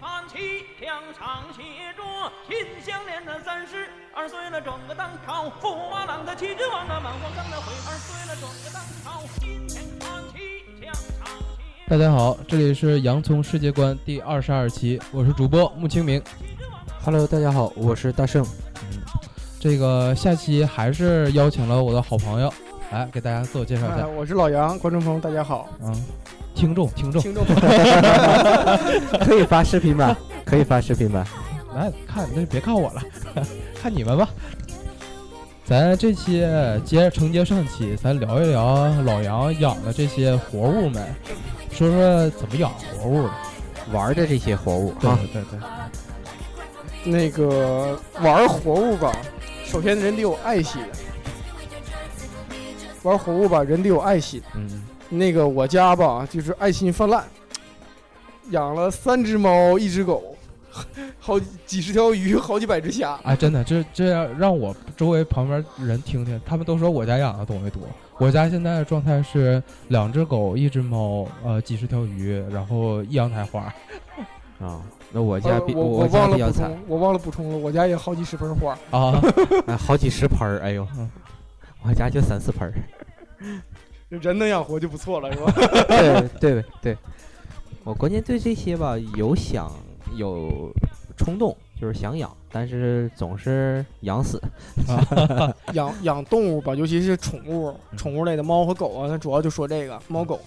安琪两场协着，心相连的三十二岁了，转个当朝，驸马郎的七只王啊，满皇上的回二岁了，转个当朝，今天安琪两场协大家好，这里是洋葱世界观第二十二期，我是主播穆清明。七只王啊。 Hello，大家好，我是大圣。这个下期还是邀请了我的好朋友，来给大家自我介绍一 哎，下。我是老杨，观众朋友大家好，嗯，听众，听众，听众朋友可以发视频版，可以发视频版。来看，那就别看我了， 看你们吧。咱这期接着承接上期，咱聊一聊老杨养的这些活物们，说说怎么养活物的。玩的这些活物对啊，对对， 那个玩活物吧，首先人得有爱惜的。玩活物吧，人得有爱心。嗯，那个我家吧，就是爱心泛滥，养了三只猫，一只狗，好几几十条鱼，好几百只虾。哎，真的，这这样让我周围旁边人听听，他们都说我家养的东西多。我家现在的状态是两只狗，一只猫，呃，几十条鱼，然后一阳台花。啊，那我呃家比我我家忘了比较补惨充，我忘了补充了，我家也好几十盆花。 啊，哎，好几十盆儿，哎呦嗯，我家就三四盆儿。人能养活就不错了，是吧？对对对，我关键对这些吧有想有冲动，就是想养，但是总是养死。 养养动物吧，尤其是宠物、嗯宠物类的猫和狗啊，那主要就说这个猫狗。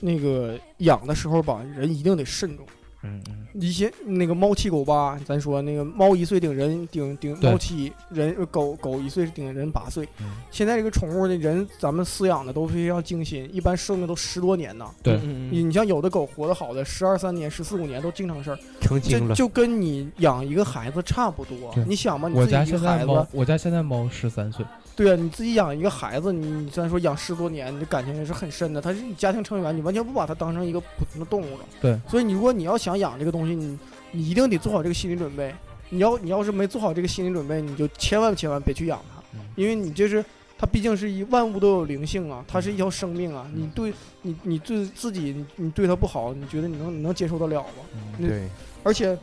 那个养的时候吧，人一定得慎重。嗯嗯，一些那个猫七狗八，咱说那个猫一岁顶人顶顶对猫七，人呃狗狗一岁顶人八岁。嗯现在这个宠物的人，咱们饲养的都非常精心，一般寿命都十多年呢。对嗯你你像有的狗活得好的，十二三年、十四五年都经常事儿，成精这了，就跟你养一个孩子差不多对。你想吧，你 我自己家一现个在孩猫子，，我家现在猫十三岁。对啊，你自己养一个孩子，你你虽然说养十多年，你的感情也是很深的，它是你家庭成员，你完全不把它当成一个普通的动物了。对，所以你如果你要想养这个东西，你你一定得做好这个心理准备。你要你要是没做好这个心理准备，你就千万千万别去养它嗯，因为你这是它毕竟是一万物都有灵性啊，它是一条生命啊。嗯你对你你对自己你你对它不好，你觉得你能你能接受得了吗？嗯那对，而且，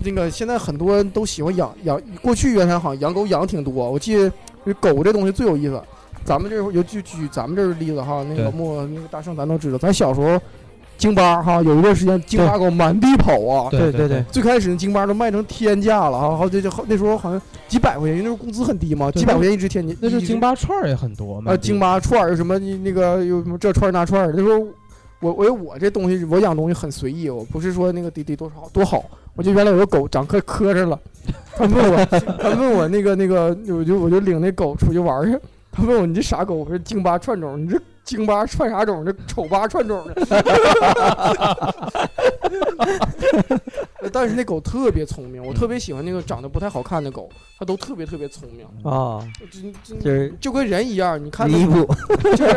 那个现在很多人都喜欢养养，过去原来好像养狗养挺多。我记得这狗这东西最有意思。咱们这会儿尤其举咱们这儿例子哈，那对个莫那个大圣咱都知道，咱小时候京巴哈有一段时间京巴狗满地跑啊。嗯对对对对，最开始京巴都卖成天价了哈，好这就好那时候好像几百块钱，因为那时候工资很低嘛，对几百块钱一只天价。那是一只京巴串儿也很多嘛。啊，京巴串儿有什么你那个有什么这串儿那串儿，就说我我我这东西我养东西很随意，我不是说那个得得多少多好，我就原来有个狗长磕磕碜了，他问我他问我那个那个我就我就领那狗出去玩儿去，他问我你这啥狗？我说京巴串种，你这京巴串啥种？这丑巴串种的。 但是那狗特别聪明，我特别喜欢那个长得不太好看的狗，它都特别特别聪明，啊，就就就是就跟人一样，你看那弥补。就是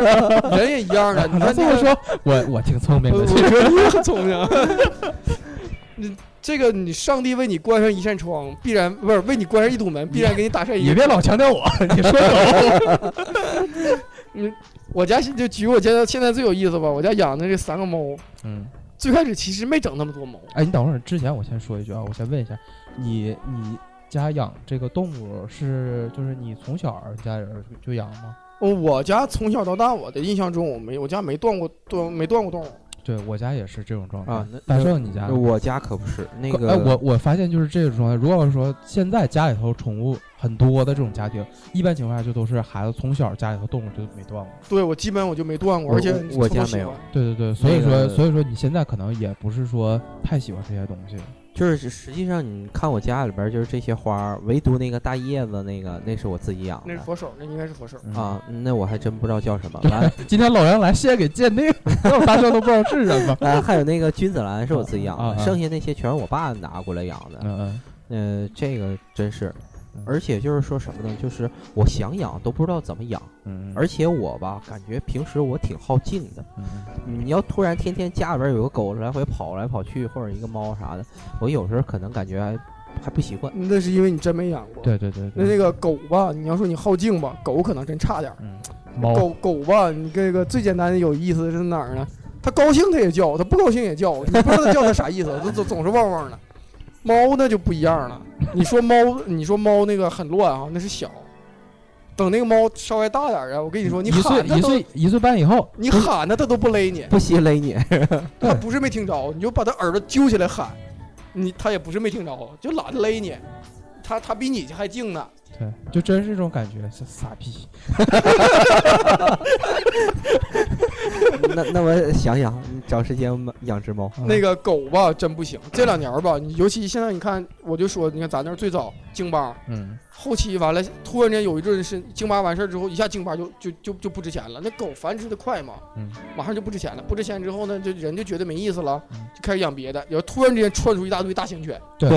人也一样的。你他这看啊这么个，说，我我挺聪明我的 我。觉得你很聪明。啊 你这个，你上帝为你关上一扇窗，必然不是为你关上一堵门，必然给你打开一你别老强调我，你说狗。我家就举我家现在最有意思吧，我家养的这三个猫，嗯，最开始其实没整那么多猫，哎，你等会儿之前，我先说一句啊，我先问一下，你你家养这个动物是就是你从小儿家人就就养吗？嗯我家从小到大，我的印象中我没我家没断过断没断过动物。对我家也是这种状态啊那大圣，你家呢 我家可不是那个，哎，我我发现就是这种状态。如果说现在家里头宠物很多的这种家庭，一般情况下就都是孩子从小家里头动物就没断过。对我基本我就没断过，我而且我我家没有从小喜欢对对对，所以说、那个所以说你现在可能也不是说太喜欢这些东西。就是实际上你看我家里边儿就是这些花儿，唯独那个大叶子那个那是我自己养那是的。佛手，那应该是佛手。嗯，啊，那我还真不知道叫 什么。完，。今天老杨来先给鉴定， 让我大圣都不知道是什么 完哎还有那个君子兰是我自己养啊啊的，啊 剩下那些全是我爸拿过来养的。嗯嗯，嗯，这个真是嗯，而且就是说什么呢？就是我想养都不知道怎么养，嗯，而且我吧感觉平时我挺好静的。嗯你要突然天天家里边有个狗来回跑来跑去，或者一个猫啥的，我有时候可能感觉还还不习惯。那是因为你真没养过。对对对，那对那个狗吧，你要说你好静吧，狗可能真差点儿。猫狗狗吧，你这个最简单的有意思是哪儿呢？它高兴它也叫，它不高兴也叫，你不知道它叫它啥意思， 它总总是汪汪的。猫那就不一样了，你说猫，你说猫那个很乱啊，那是小。等那个猫稍微大点儿啊，我跟你说，你一岁喊它一都，岁一岁半以后，你喊它它都不勒你，不惜勒你，它不是没听着，你就把它耳朵揪起来喊，你它也不是没听着，就懒得勒你，它它比你还静呢。对，就真是这种感觉，是傻逼。那那我想想，你找时间买养只猫。啊那个狗吧，真不行。这两年儿吧，你尤其现在你看，我就说，你看咱那儿最早京巴，嗯，后期完了，突然间有一阵是京巴完事儿之后，一下京巴就就就就不值钱了。那狗繁殖的快嘛，嗯马上就不值钱了。不值钱之后呢，就人就觉得没意思了嗯，就开始养别的。然后突然之间窜出一大堆大型犬，对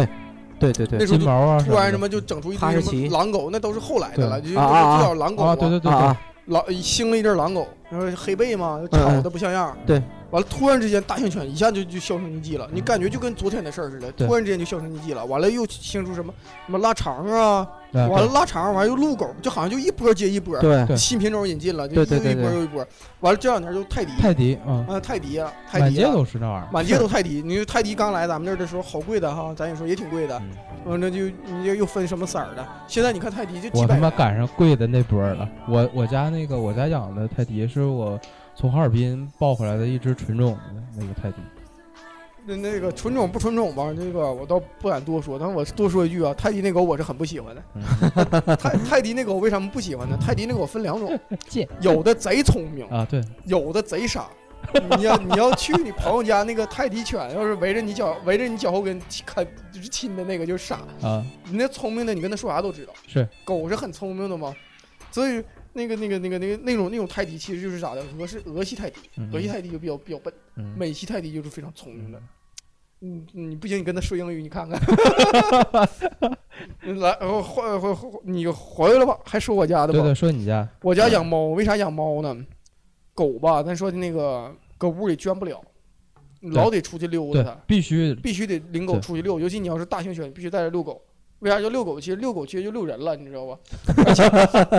对那对，时候金就毛啊，突然什么就整出一哈士堆什奇么狼狗，那都是后来的了，就对是最啊啊啊早狼狗啊，嘛，对对对啊对，啊，老兴了一阵狼狗，然后黑背嘛，嗯吵的不像样儿。对，完了突然之间大型犬一下就就销声匿迹了，你感觉就跟昨天的事儿似的，嗯对突然之间就销声匿迹了。完了又兴出什么什么腊肠啊，对完了腊肠，完了又鹿狗，就好像就一波接一波，对对新品种引进了，就对一对对一波对又一波。完了这两年就泰迪，泰迪啊，啊泰迪啊，泰满迪街啊。都是那玩意儿。满街都泰迪，你说泰迪刚来咱们这儿的时候好贵的哈，咱也说也挺贵的嗯，完了就你就又分什么色儿的。现在你看泰迪就几我百他妈元，赶上贵的那波儿了。我我家那个我家养的泰迪是我从哈尔滨抱回来的一只纯种的那个泰迪。那那个纯种不纯种吧，这个我倒不敢多说，但是我多说一句啊，泰迪那狗我是很不喜欢的。嗯 泰泰迪那狗为什么不喜欢呢？泰迪那狗分 两种，贱有的贼聪明，啊，对，有的贼傻。 你要你要去你朋友家那个泰迪犬，要是围着你脚围着你脚后跟亲看就是亲的那个就是傻，啊，你那聪明的你跟他说啥都知道。是狗是很聪明的嘛，所以那个那个那个那个那种那种泰迪其实就是啥的，俄式俄系泰迪，嗯俄系泰迪就比较比较笨，嗯，美系泰迪就是非常聪明的。嗯，你不行，你跟他说英语，你 看看。来，呃回回回，你回来了吧？还说我家的吧？对对，说你家我家养猫，为啥养猫呢？狗吧，咱说的那个搁屋里圈不了，老得出去溜达对它，必须必须得领狗对出去遛。尤其你要是大型犬，必须带着遛狗。为啥叫遛狗？其实遛狗其实就遛人了，你知 道吧？而且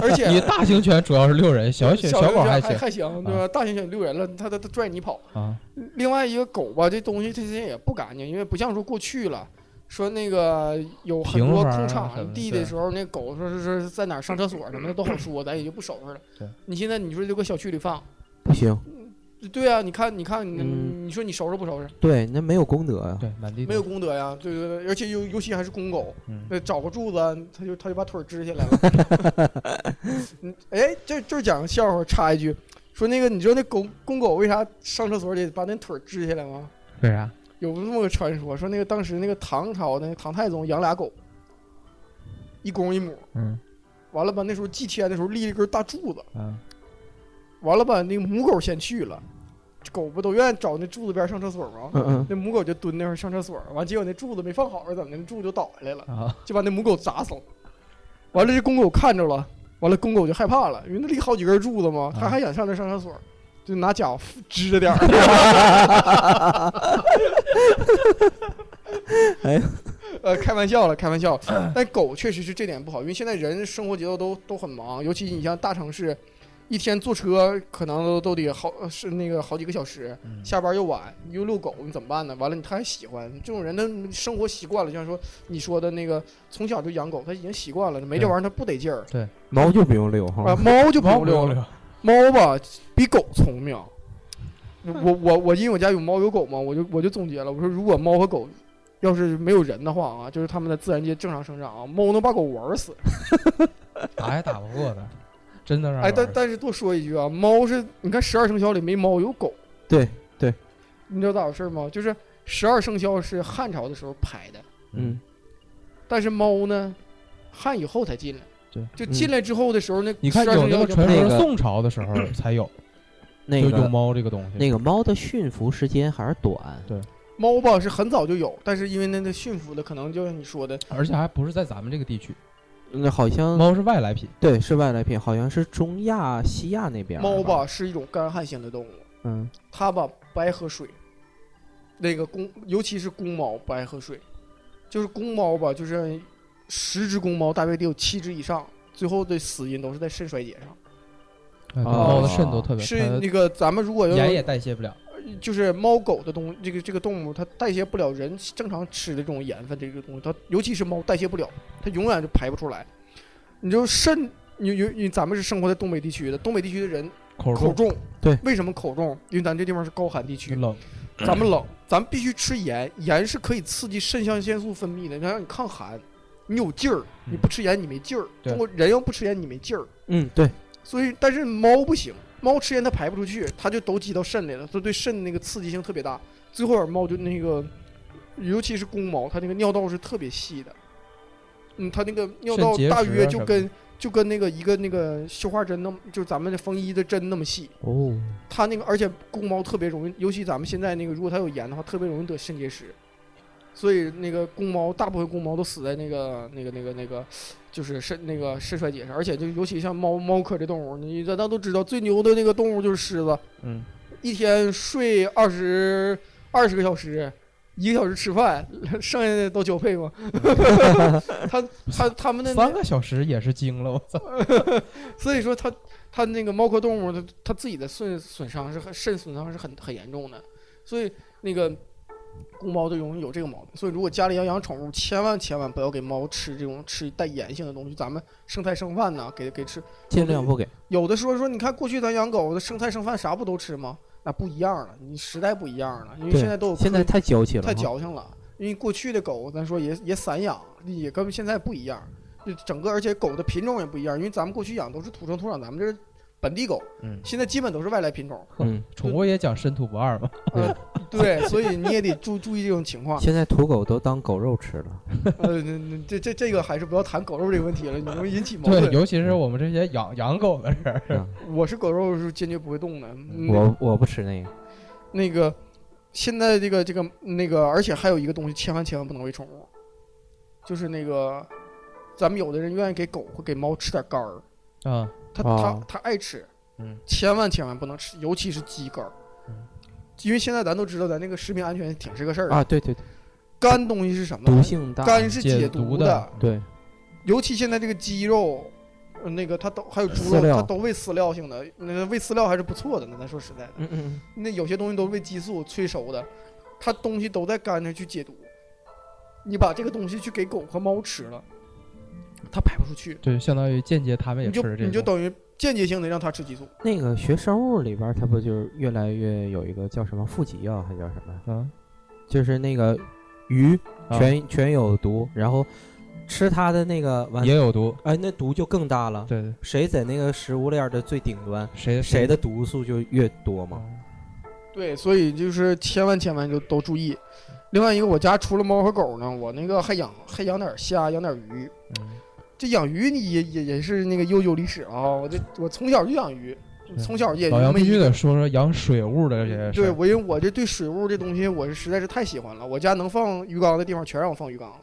而且你大型犬主要是遛人，小犬小小狗还还行还行，对吧？大型犬遛人了，它它它拽你跑。啊，另外一个狗吧，这东西它现在也不干净，因为不像说过去了，说那个有很平多房啊空什场么地对的时候，那狗说是是在哪儿上厕所什么的都好说，咱也就不收拾了对。你现在你说就搁小区里放，不行，对啊，你看你看你、嗯你说你收拾不收拾？对，那没有功德啊呀。对，满地没有都功德呀，对对对，而且尤尤其还是公狗，嗯那找个柱子，它就它就把腿儿支起来了。 嗯哎，这这讲个笑话，插一句，说那个你知道那狗公狗为啥上厕所得把那腿儿支起来吗？为啥？有这么个传说，说那个当时那个唐朝的唐太宗养俩狗，一公一母，嗯完了吧那时候祭天的时候立了一根大柱子，啊，完了吧那个母狗先去了，狗不都愿意找那柱子边上厕所吗？嗯嗯，那母狗就蹲那块儿上厕所，完结果那柱子没放好是怎么的？那柱子就倒下来了，啊，就把那母狗砸死了。完了这公狗看着了，完了公狗就害怕了，因为那立好几根柱子嘛，它啊还想上那上厕所，就拿脚支着点儿。哎呦， 呃，开玩笑了，开玩笑。但狗确实是这点不好，因为现在人生活节奏都都很忙，尤其你像大城市，一天坐车可能都都得好呃是那个好几个小时，嗯下班又晚，你又遛狗，你怎么办呢？完了，你他还喜欢这种人，的生活习惯了，就像说你说的那个，从小就养狗，他已经习惯了，没这对玩意儿他不得劲儿。猫就不用遛啊，哈。猫就不猫用不遛用了，遛，猫吧比狗聪明。我我我因为我家有猫有狗嘛，我就我就总结了，我说如果猫和狗要是没有人的话啊，就是它们在自然界正常生长啊，猫能把狗玩死。打也打不过它， 真的让哎，人玩但儿但是多说一句啊，猫是你看十二生肖里没猫有狗，对对，你知道咋回事吗？就是十二生肖是汉朝的时候排的，嗯，但是猫呢，汉以后才进来。对，嗯就进来之后的时候呢，你看12有那生肖个就传那说，个宋朝的时候才有，那就个有猫这个东西。那个猫的驯服时间还是短，猫吧是很早就有，但是因为那那驯服的可能就像你说的，而且还不是在咱们这个地区，那好像猫是外来品。对是外来品，好像是中亚、西亚那边儿猫吧，是一种干旱型的动物，嗯，它吧不爱喝水。那个公，尤其是公猫不爱喝水，就是公猫吧，就是十只公猫大约得有七只以上，最后的死因都是在肾衰竭上。哎哦猫的肾都特别，是那个咱们如果它要盐也代谢不了。就是猫狗的东这个这个动物，它代谢不了人正常吃的这种盐分这个东西，它尤其是猫代谢不了，它永远就排不出来。你就肾，你你你，咱们是生活在东北地区的，东北地区的人口口重重，对，嗯为什么口重？因为咱这地方是高寒地区，冷，咱们冷，咱们必须吃盐，盐是可以刺激肾上腺素分泌的，能让你抗寒，你有劲儿，你不吃盐你没劲儿。嗯对中国人要不吃盐你没劲儿，嗯，对，所以但是猫不行，猫吃盐它排不出去，它就都积到肾里了，它对肾那个刺激性特别大。最后点猫就那个，尤其是公猫，它那个尿道是特别细的，嗯，它那个尿肾道结大石约啊就什么跟就跟那个一个那个绣花针那么，就是咱们的缝衣的针那么细。哦，它那个，而且公猫特别容易，尤其咱们现在那个，如果它有盐的话，特别容易得肾结石。所以那个公猫，大部分公猫都死在那个、那个、那个、那个，就是肾那个肾衰竭上。而且就尤其像猫猫科的动物，你咱都知道，最牛的那个动物就是狮子，嗯，一天睡二十二十个小时，一个小时吃饭， 剩下的都交配嘛。 它它它们的那嗯三个小时也是惊了，我操！所以说它它那个猫科动物，它它自己的损损伤是很肾损伤是很很严重的，所以那个公猫就容易有这个毛病。所以如果家里要养宠物，千万千万不要给猫吃这种吃带盐性的东西，咱们剩菜剩饭呐，给给吃。尽量不给。有的说说，你看过去咱养狗的剩菜剩饭啥不都吃吗？那不一样了，你时代不一样了，因为对现在都有现在科太娇气了，太，矫情了。因为过去的狗，咱说也也散养，也跟现在不一样。就整个，而且狗的品种也不一样，因为咱们过去养都是土生土长，咱们这是本地狗，嗯现在基本都是外来品种。嗯，宠物也讲深土不二嘛，呃，对，所以你也得注注意这种情况。现在土狗都当狗肉吃了。呃，那那这这这个还是不要谈狗肉这个问题了，你容易引起矛对，盾。尤其是我们这些养养狗的人，我是狗肉是坚决不会动的。嗯我我不吃那个，那个现在这个这个那个，而且还有一个东西，千万千万不能喂宠物，就是那个咱们有的人愿意给狗或给猫吃点肝儿，啊，它哦它它爱吃，嗯，千万千万不能吃，尤其是鸡肝儿嗯，因为现在咱都知道咱那个食品安全挺是个事儿啊，对对对，肝东西是什么呢？毒性大，肝是解毒毒的对，尤其现在这个鸡肉，呃那个它都还有猪饲肉，料它都喂饲料性的，那个喂饲料还是不错的呢。咱说实在的，嗯嗯，那有些东西都是喂激素催熟的，它东西都在肝上去解毒。你把这个东西去给狗和猫吃了，它排不出去，对，相当于间接他们也你就吃你这就个，等于间接性的让它吃激素。那个学生物里边儿，它不就是越来越有一个叫什么负极啊药，还叫什么？嗯，就是那个鱼啊全、全有毒，然后吃它的那个完也，有毒，哎，那毒就更大了。对对，谁在那个食物链儿的最顶端，谁嗯谁的毒素就越多啊嘛。对，所以就是千万千万就都注意。另外一个，我家除了猫和狗呢，我那个还养还养点虾，养点鱼。嗯这养鱼你也也也是那个悠久历史啊！我这我从小就养鱼，对从小也老杨没必须得说说养水物的这些事嗯对儿，我，因为我这对水物这东西我是实在是太喜欢了。我家能放鱼缸的地方全让我放鱼缸了。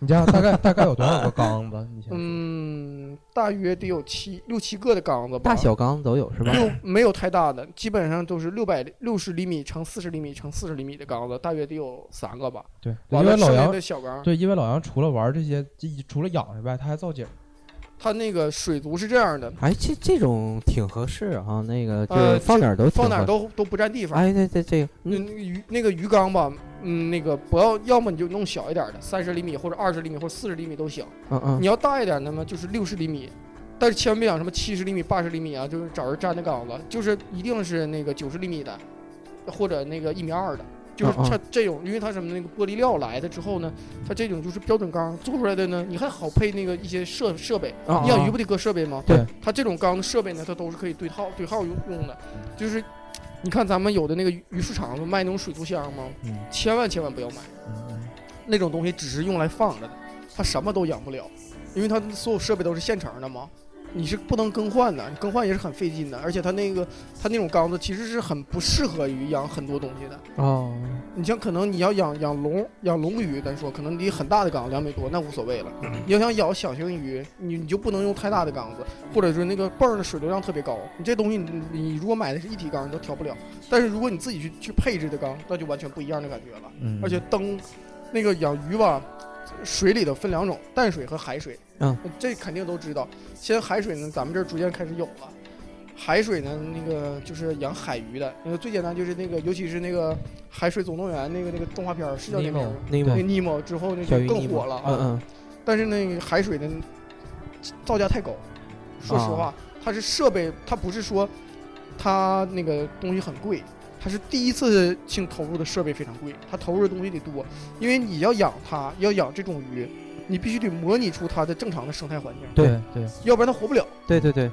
你家大概大概有多少个缸子？你想想嗯，大约得有七六七个的缸子吧，大小缸都有是吧？六没有太大的，基本上都是六百六十厘米乘四十厘米乘四十厘米的缸子，大约得有三个吧。对，因完为了，老剩下杨的小缸，对，因为老杨除了玩这些，除了养以外，他还造景。它那个水族是这样的，哎，这这种挺合适啊，那个就呃是放哪儿都挺放哪儿合都都不占地方。哎，对对，这个，那嗯，那个鱼那个鱼缸吧，嗯，那个不要，要么你就弄小一点的，三十厘米或者二十厘米或者四十厘米都行。嗯嗯你要大一点的嘛，就是六十厘米，但是千万别养什么七十厘米、八十厘米啊，就是找人粘的缸子，就是一定是那个九十厘米的，或者那个一米二的，就是嗯嗯它这种，因为它什么那个玻璃料来的之后呢，它这种就是标准缸做出来的呢，你还好配那个一些设设备，嗯，你养鱼嗯不得搁设备吗？对，它这种缸的设备呢，它都是可以对号对号用用的，就是。你看咱们有的那个鱼鱼市场不卖那种水族箱吗？嗯千万千万不要买，嗯那种东西只是用来放着的，它什么都养不了，因为它所有设备都是现成的嘛，你是不能更换的，你更换也是很费劲的，而且它那个它那种缸子其实是很不适合于养很多东西的。哦，你像可能你要养养龙养龙鱼，咱说可能你很大的缸两米多那无所谓了，你要想养小型鱼，你你就不能用太大的缸子，或者说那个泵儿的水流量特别高，你这东西你你如果买的是一体缸，你都调不了，但是如果你自己去去配置的缸，那就完全不一样的感觉了。嗯而且灯，那个养鱼吧，水里头分两种，淡水和海水。呃嗯，这肯定都知道。现在海水呢，咱们这儿逐渐开始有了。海水呢，那个就是养海鱼的，那个最简单就是那个，尤其是那个《海水总动员》那个那个动画片儿是叫那名儿吗？内那个蒙尼莫之后那小个鱼更尼火莫了啊。嗯嗯，但是那个海水的造价太高，说实话，它是设备，它不是说它那个东西很贵，它是第一次性投入的设备非常贵，它投入的东西得多，因为你要养它，要养这种鱼，你必须得模拟出它的正常的生态环境，对对，要不然它活不了。对对对，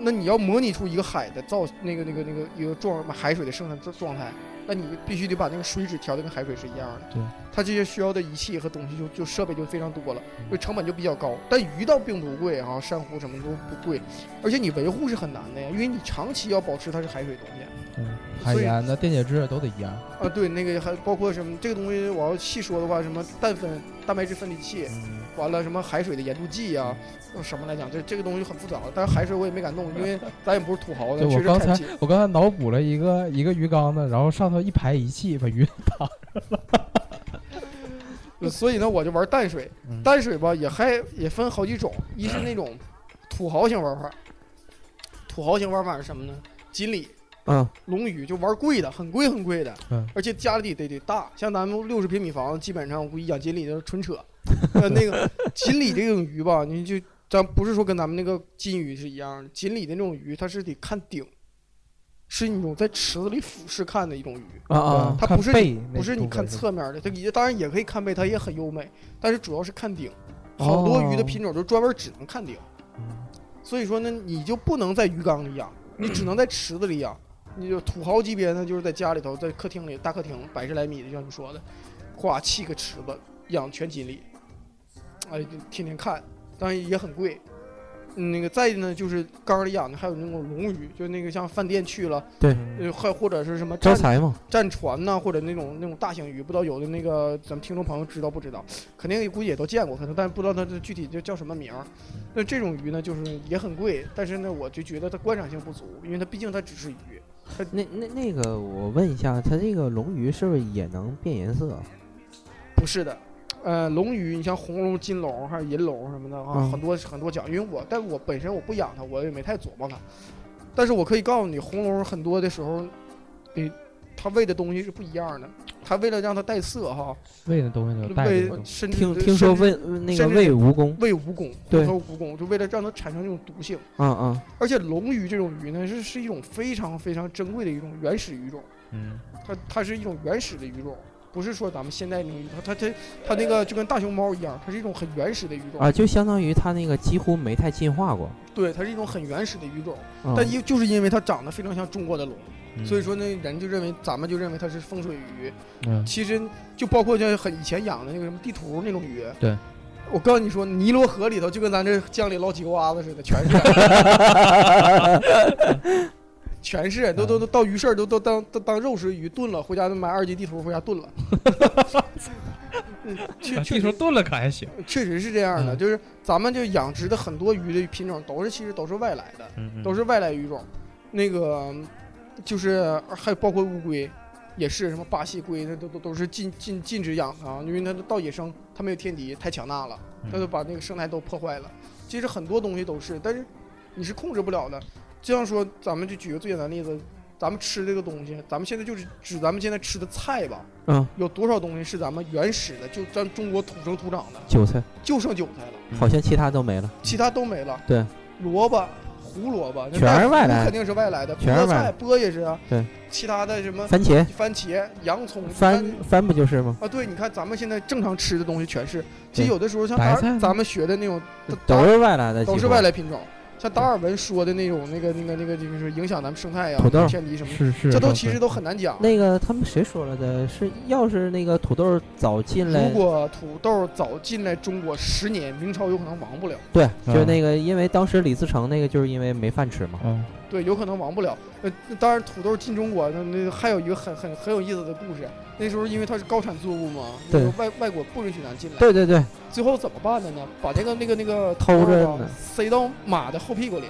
那你要模拟出一个海的造那个那个那个一个状海水的生产状状态，那你必须得把那个水质调的跟海水是一样的。对，它这些需要的仪器和东西就就设备就非常多了，嗯就成本就比较高。但鱼倒并不贵啊，珊瑚什么都不贵，而且你维护是很难的呀，因为你长期要保持它是海水东西嗯，海所以盐的电解质都得一样，啊。对，那个还包括什么这个东西，我要细说的话，什么氮分蛋白质分离器，嗯完了什么海水的盐度计呀、用什么来讲，这这个东西很复杂。但是海水我也没敢弄，因为咱也不是土豪的， 对我确实刚看才不起。我刚才脑补了一个一个鱼缸子，然后上头一排仪器把鱼，呃所以呢，我就玩淡水嗯，淡水吧也还也分好几种，一是那种土豪型玩法，土豪型玩法是什么呢？锦鲤、嗯龙鱼就玩贵的，很贵很贵的，嗯而且家里得得大，像咱们六十平米房子，基本上我估计养锦鲤就是纯扯。呃，那个锦鲤这种鱼吧，你就咱不是说跟咱们那个金鱼是一样的，锦鲤的那种鱼它是得看顶，是那种在池子里俯视看的一种鱼。啊啊，它看不是背那不是你部分看吧侧面的，它也当然也可以看背，它也很优美，但是主要是看顶。好多鱼的品种就专门只能看顶，所以说呢，你就不能在鱼缸里养，你只能在池子里养。你就土豪级别呢，就是在家里头，在客厅里大客厅百十来米的，就像你说的，哗砌个池子养全锦鲤，哎，就天天看，当然也很贵。嗯那个再呢，就是缸里养的还有那种龙鱼，就那个像饭店去了，对，呃，还或者是什么招蘸财嘛，战船呐、或者那种那种大型鱼，不知道有的那个咱们听众朋友知道不知道？肯定估计也都见过，可能但不知道它这具体就叫什么名儿。那这种鱼呢，就是也很贵，但是呢，我就觉得它观赏性不足，因为它毕竟它只是鱼。那那那个我问一下，它这个龙鱼是不是也能变颜色？啊嗯不是的，呃，龙鱼，你像红龙、金龙还有银龙什么的啊，嗯很多很多讲，因为我但我本身我不养它，我也没太琢磨它，但是我可以告诉你，红龙很多的时候，你它喂的东西是不一样的，它为了让它带色哈，喂的东西就带喂这个东西甚至听甚听说至喂那个甚至喂蜈 蚣，喂蜈蚣，对虎头蜈蚣，就为了让它产生这种毒性。啊啊，而且龙鱼这种鱼呢，是是一种非常非常珍贵的一种原始鱼种，嗯，它它是一种原始的鱼种，不是说咱们现代那种鱼，它它它它那个就跟大熊猫一样，它是一种很原始的鱼种呃啊，就相当于它那个几乎没太进化过。对，它是一种很原始的鱼种，嗯但因就是因为它长得非常像中国的龙，嗯所以说呢，人就认为咱们就认为它是风水鱼，嗯其实就包括像很以前养的那个什么地图那种鱼。对。我告诉你说，尼罗河里头就跟咱这江里捞鸡瓜子似的，全是， 全是，都都都到鱼市儿都都当当当肉食鱼炖了，回家就买二级地图回家 炖了。嗯确啊确地实上炖了可还行，确实是这样的，嗯就是咱们就养殖的很多鱼的品种都是其实都是外来的，嗯都是外来鱼种。那个就是还有包括乌龟，也是什么巴西龟，那都都都是禁禁禁止养的啊，因为它到野生，它没有天敌，太强大了，嗯它就把那个生态都破坏了。其实很多东西都是，但是你是控制不了的。这样说，咱们就举个最简单的例子，咱们吃这个东西，咱们现在就是指咱们现在吃的菜吧，嗯，有多少东西是咱们原始的，就咱中国土生土长的，韭菜就剩韭菜了。好像其他都没了。其他都没了。对，萝卜、胡萝卜，那全是外胡来肯定是外来的，全是外菠菜来、菠也是啊。对，其他的什么番茄番茄、洋葱、番你看番不就是吗？啊，对，你看咱们现在正常吃的东西全是，其对实有的时候像白达菜呢咱们学的那种，达都是外来的，都是外。来品种，像达尔文说的那种那个那个那个就是影响咱们生态呀、土豆天敌什么的，是是，这都上其次实都很难讲。那个他们谁说来的？是要是那个土豆早进来如，果土豆早进来中国十年，明朝有可能亡不了。对，就是嗯那个，因为当时李自成那个就是因为没饭吃嘛。嗯 对，有可能亡不了。呃，当然，土豆进中国，那那还有一个很很很有意思的故事。那时候因为它是高产作物嘛，那对个外外国不允许咱进来，对对对，最后怎么办的呢？把那个那个那个偷土豆着啊呢塞到马的后屁股里，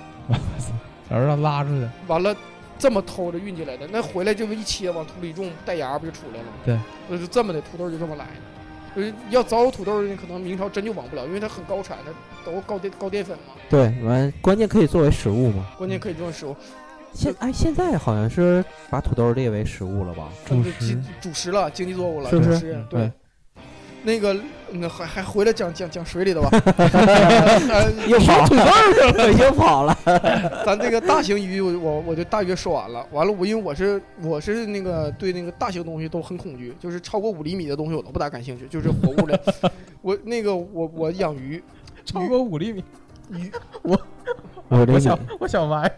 小时候拉出去，完了这么偷着运进来的。那回来这么一切往土里一种，带芽不就出来了吗？对，就是这么的，土豆就这么来的。就是要早有土豆，可能明朝真就亡不了，因为它很高产，它都高淀高淀粉嘛。对，完关键可以作为食物嘛。关键可以这么说，现哎现在好像是把土豆列为食物了吧？主呃食主主食了，经济作物了，是不主是食嗯对对。那个，嗯还还回来讲讲讲水 里的吧，呃 又 跑了，啊又跑了。咱这个大型鱼，我我我就大约说完了。完了，我因为我是我是那个对那个大型东西都很恐惧，就是超过五厘米的东西我都不大感兴趣，就是活 物类。我那个我我养鱼，超过五厘米，鱼我我这想我想歪。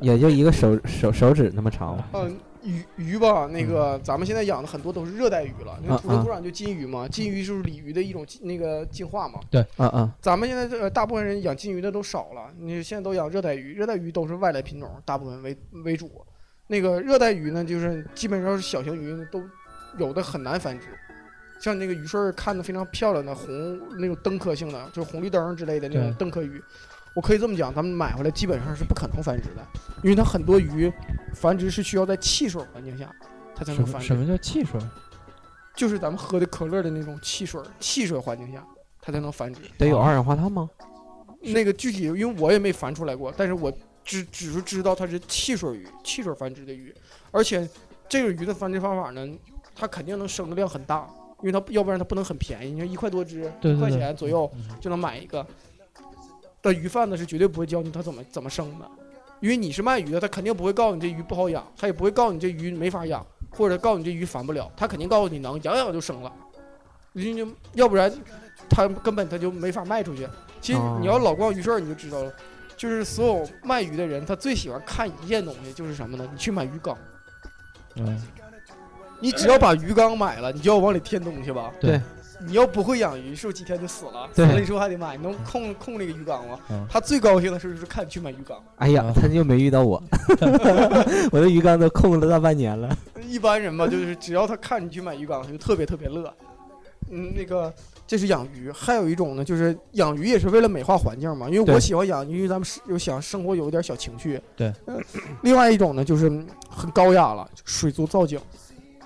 也就一个手手手指那么长吧。嗯、鱼鱼吧，那个咱们现在养的很多都是热带鱼了，嗯那啊土生啊土长就金鱼嘛，金鱼就是鲤鱼的一种进那个进化嘛。嗯嗯，咱们现在这呃大部分人养金鱼的都少了，你现在都养热带鱼，热带鱼都是外来品种，大部分为为主。那个热带鱼呢，就是基本上是小型鱼都有的很难繁殖，像那个鱼顺儿看的非常漂亮的红那种灯科性的，就是红绿灯之类的那种对灯科鱼，我可以这么讲，咱们买回来基本上是不可能繁殖的，因为它很多鱼繁殖是需要在汽水环境下它才什能么繁什殖，么叫汽水？哦就是咱们喝的可乐的那种汽水，汽水环境下它才能繁殖。得有二氧化碳吗？那个具体，因为我也没繁出来过，但是我只只是知道它是汽水鱼，汽水繁殖的鱼，而且这个鱼的繁殖方法呢，它肯定能生的量很大，因为它要不然它不能很便宜，你看一块多只，对对一块对钱左右就能买一个。但鱼贩子是绝对不会教你他怎么怎么生的，因为你是卖鱼的，他肯定不会告诉你这鱼不好养，他也不会告诉你这鱼没法养，或者告诉你这鱼繁不了，他肯定告诉你能养养就生了，人家就要不然他根本他就没法卖出去。其实哦你要老逛鱼市儿你就知道了，就是所有卖鱼的人他最喜欢看一件东西就是什么呢？你去买鱼缸，嗯，你只要把鱼缸买了，你就要往里添东西吧。对，你要不会养鱼，是不是几天就死了？死对了你是不是还得买？你能控控那个鱼缸吗？嗯他最高兴的时候就是看去买鱼缸，哎呀啊，他就没遇到 我，我的鱼缸都空了大半年了。一般人吧，就是只要他看你去买鱼缸，他就特别特别乐。嗯，那个这是养鱼，还有一种呢，就是养鱼也是为了美化环境嘛。因为我对喜欢养鱼，因为咱们是有想生活有一点小情趣。对呃。另外一种呢，就是很高雅了，水族造景，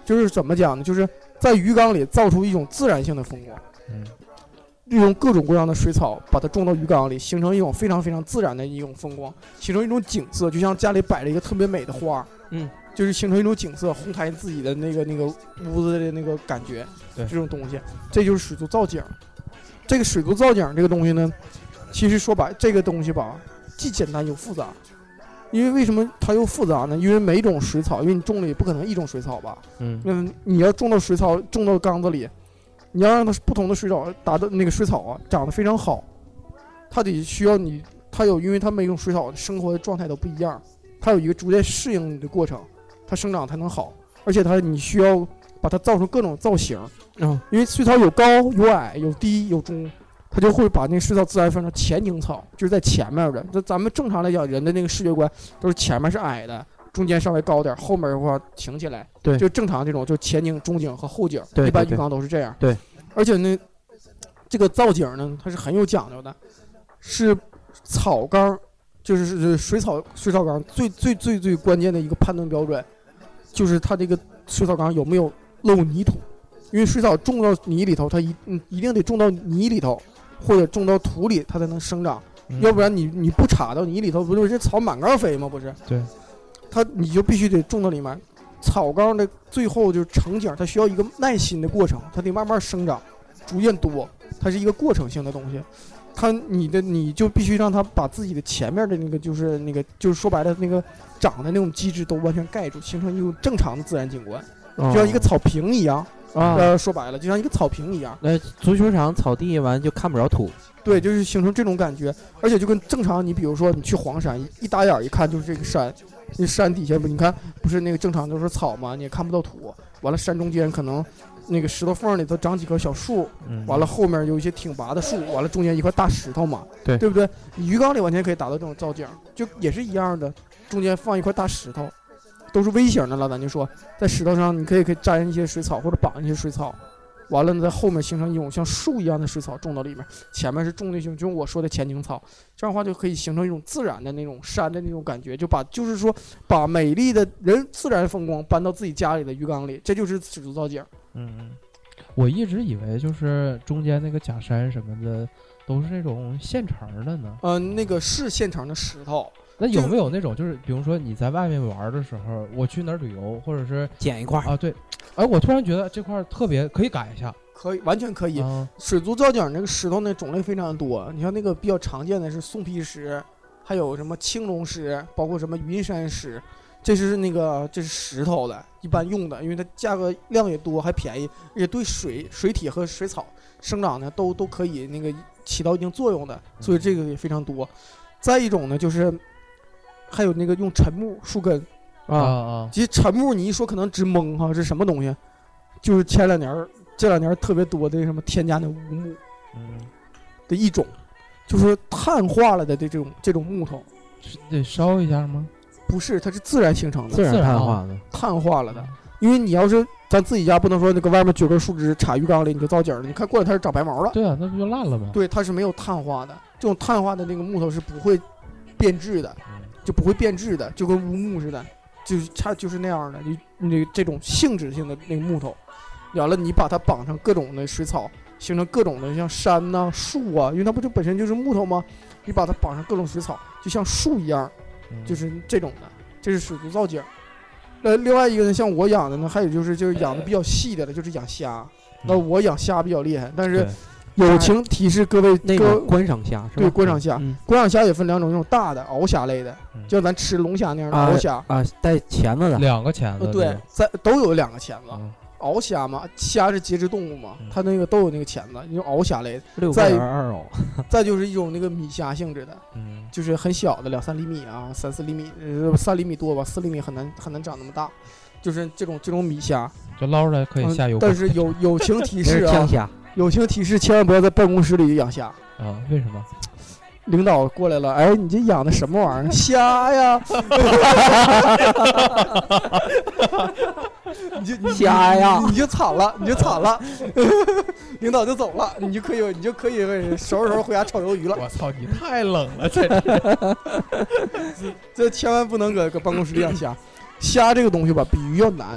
就是怎么讲呢？就是在鱼缸里造出一种自然性的风光。嗯。利用各种各样的水草把它种到鱼缸里，形成一种非常非常自然的一种风光，形成一种景色，就像家里摆了一个特别美的花，嗯，就是形成一种景色，烘抬自己的那个那个屋子的那个感觉，对这种东西，这就是水族造景。这个水族造景这个东西呢，其实说白这个东西吧，既简单又复杂，因为为什么它又复杂呢？因为每种水草，因为你种的也不可能一种水草吧，嗯嗯，你要种到水草，种到缸子里，你要让它不同的水草达到那个水草啊长得非常好，它得需要你，它有，因为它每种水草的生活状态都不一样，它有一个逐渐适应你的过程，它生长才能好，而且它你需要把它造成各种造型，嗯因为水草有高有矮有低有中，它就会把那个水草自然分成前景草，就是在前面的。那咱们正常来讲，人的那个视觉观都是前面是矮的，中间稍微高点，后面的话挺起来。对就正常这种，就前景、中景和后景，对一般对鱼缸都是这样。对，而且呢，这个造景呢，它是很有讲究的，是草缸，就是是水草水草缸最最最最关键的一个判断标准，就是它这个水草缸有没有漏泥土。因为水草种到泥里头，它一嗯一定得种到泥里头，或者种到土里，它才能生长。嗯要不然你你不插到泥里头，不就是这草满缸飞吗？不是？对，它你就必须得种到里面。草缸的最后就是成景，它需要一个耐心的过程，它得慢慢生长，逐渐多，它是一个过程性的东西。它你的你就必须让它把自己的前面的那个就是那个就是说白了那个长的那种机制都完全盖住，形成一种正常的自然景观，哦哦就像一个草坪一样。啊，呃，说白了就像一个草坪一样，那足球场草地完就看不着土。对，就是形成这种感觉，而且就跟正常，你比如说你去黄山，一一打眼儿一看就是这个山，那山底下不，你看不是那个正常都是草嘛，你也看不到土，完了山中间可能那个石头缝儿里头长几棵小树，嗯完了，后面有一些挺拔的树，完了中间一块大石头嘛，对对不对？你鱼缸里完全可以达到这种造景，就也是一样的，中间放一块大石头，都是微型的了，咱就说在石头上你可以可以粘一些水草或者绑一些水草，完了呢在后面形成一种像树一样的水草种到里面，前面是种那种就我说的前景草，这样的话就可以形成一种自然的那种山的那种感觉，就把就是说把美丽的人自然风光搬到自己家里的鱼缸里，这就是水族造景。嗯嗯，我一直以为就是中间那个假山什么的都是那种现成的呢。呃嗯、那个是现成的石头，那有就没有那种就是，比如说你在外面玩儿的时候，我去哪儿旅游，或者是捡一块儿，啊，对，哎，我突然觉得这块儿特别可以改一下可以，完全可以。啊，水族造景那个石头那种类非常多，你像那个比较常见的是宋批石，还有什么青龙石，包括什么云山石，这是那个这是石头的，一般用的，因为它价格量也多，还便宜，而且对水水体和水草生长呢都都可以那个起到一定作用的，所以这个也非常多。再一种呢就是。还有那个用沉木树根，哦啊啊，其实沉木你一说可能直懵哈，这什么东西？就是前两年儿这两年儿特别多的什么添加的乌木，嗯，的一种，就是碳化了的这种这种木头，是得烧一下吗？不是，它是自然形成的，自然碳啊化的，碳化了嗯的。因为你要是咱自己家不能说那个外面撅根树枝插鱼缸里你就造景了，你看过两天长白毛了，对啊，那不就烂了吗？对，它是没有碳化的，这种碳化的那个木头是不会变质的，嗯就不会变质的，就跟乌木似的，就是它就是那样的，你你这种性质性的那个木头，完了你把它绑上各种的水草，形成各种的像山呐、树啊，因为它不就本身就是木头吗？你把它绑上各种水草，就像树一样，嗯就是这种的，这是水族造景。那另外一个呢，像我养的呢，还有就是就是养的比较细的了，就是养虾。嗯那我养虾比较厉害，但是对友情提示各位，那各个观赏虾是吧？对观赏虾，嗯观赏虾也分两种，一种大的鳌虾类的嗯，就咱吃龙虾那样的啊鳌虾，啊，带钳子的，两个钳呃子，对，在都有两个钳子，啊，鳌虾嘛，虾是节肢动物嘛嗯，它那个都有那个钳子，一种鳌虾 类的，六在个人二藕，再就是一种那个米虾性质的，嗯，就是很小的两三厘米啊，三四厘米，呃，三厘米多吧，四厘米很难很难长那么大，就是这种这种米虾，就捞出来可以嗯下哎油锅但是有友情提 那示是枪啊，虾，友情提示，千万不要在办公室里养虾。啊？为什么？领导过来了，哎，你这养的什么 玩意儿？虾呀！你就你虾呀你就惨了，你就惨了。 领导就走了，你就可以，你就可以收拾收拾回家炒鱿鱼了。我操，你太冷了，这这千万不能搁搁办公室里养虾。虾这个东西吧，比鱼要难。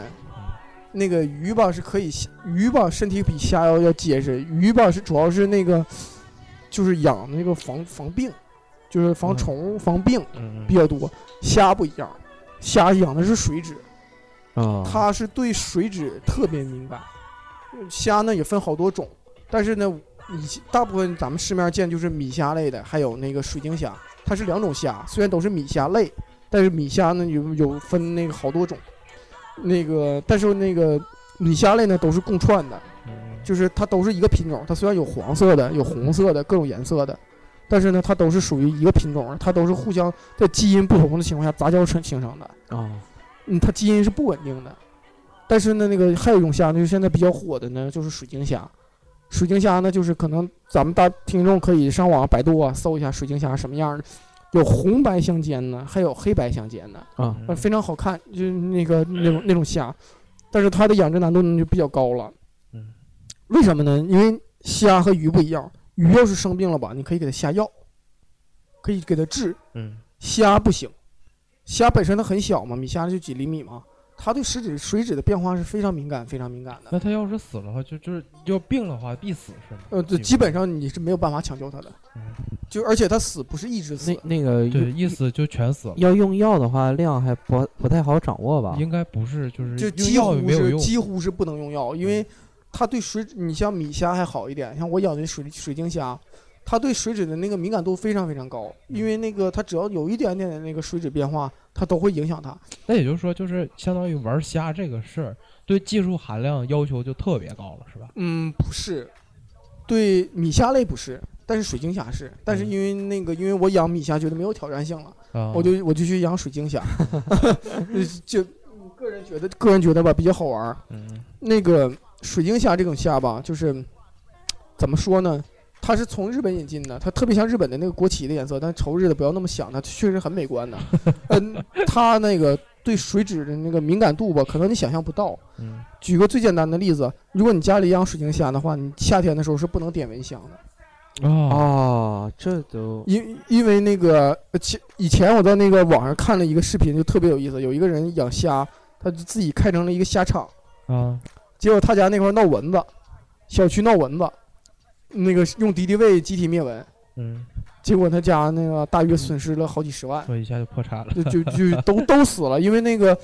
那个鱼吧是可以，鱼吧身体比虾要要结实。鱼吧是主要是那个，就是养那个防防病，就是防嗯虫、防病。嗯 比较多。虾不一样，虾养的是水蛭，啊，它是对水蛭特别敏感。嗯虾呢也分好多种，但是呢，你大部分咱们市面上见就是米虾类的，还有那个水晶虾，它是两种虾，虽然都是米虾类，但是米虾呢有有分那个好多种，那个但是那个米虾类呢都是共串的，嗯就是它都是一个品种，它虽然有黄色的、有红色的各种颜色的，但是呢，它都是属于一个品种，它都是互相在基因不同的情况下杂交成形成的。啊，嗯，它基因是不稳定的。但是呢，那个还有一种虾呢，就是现在比较火的呢，就是水晶虾。水晶虾呢，就是可能咱们大听众可以上网百度啊搜一下水晶虾什么样的，有红白相间的，还有黑白相间的。嗯嗯呃，非常好看，就是那个那种那种虾，但是它的养殖难度呢就比较高了。嗯，为什么呢？因为虾和鱼不一样，鱼要是生病了吧，你可以给它下药，可以给它治。嗯虾不行，虾本身它很小嘛，米虾就几厘米嘛，它对水质水质的变化是非常敏感、非常敏感的。那他要是死了的话，就就是要病的话必死是吗？呃，这基本上你是没有办法抢救它的嗯，就而且它死不是一直死那，那个对，意思就全死了，要用药的话，量还不不太好掌握吧？应该不是就是啊就用几药也乎没有是用，嗯几乎是不能用药，因为它对水，你像米虾还好一点，像我养的水水晶虾，它对水质的那个敏感度非常非常高，嗯因为那个它只要有一点点的那个水质变化，它都会影响它。那也就是说，就是相当于玩虾这个事儿，对技术含量要求就特别高了，是吧？嗯，不是，对米虾类不是，但是水晶虾是，但是嗯因为那个因为我养米虾觉得没有挑战性了，啊，我就我就去养水 晶虾， 就个人觉得个人觉得吧比较好玩儿。嗯那个水晶虾这种虾吧，就是怎么说呢？它是从日本引进的，它特别像日本的那个国旗的颜色，但仇日的不要那么想，它确实很美观的。嗯，它那个对水质的那个敏感度吧，可能你想象不到。嗯举个最简单的例子，如果你家里养水晶虾的话，你夏天的时候是不能点蚊香的，啊哦，这都因因为那个呃前以前我在那个网上看了一个视频，就特别有意思，有一个人养虾，他就自己开成了一个虾场。啊结果他家那块儿闹蚊子，小区闹蚊子，那个用敌敌畏集体灭蚊，嗯结果他家那个大约损失了好几十万，所以一下就破产了。就就就都都死了，因为那个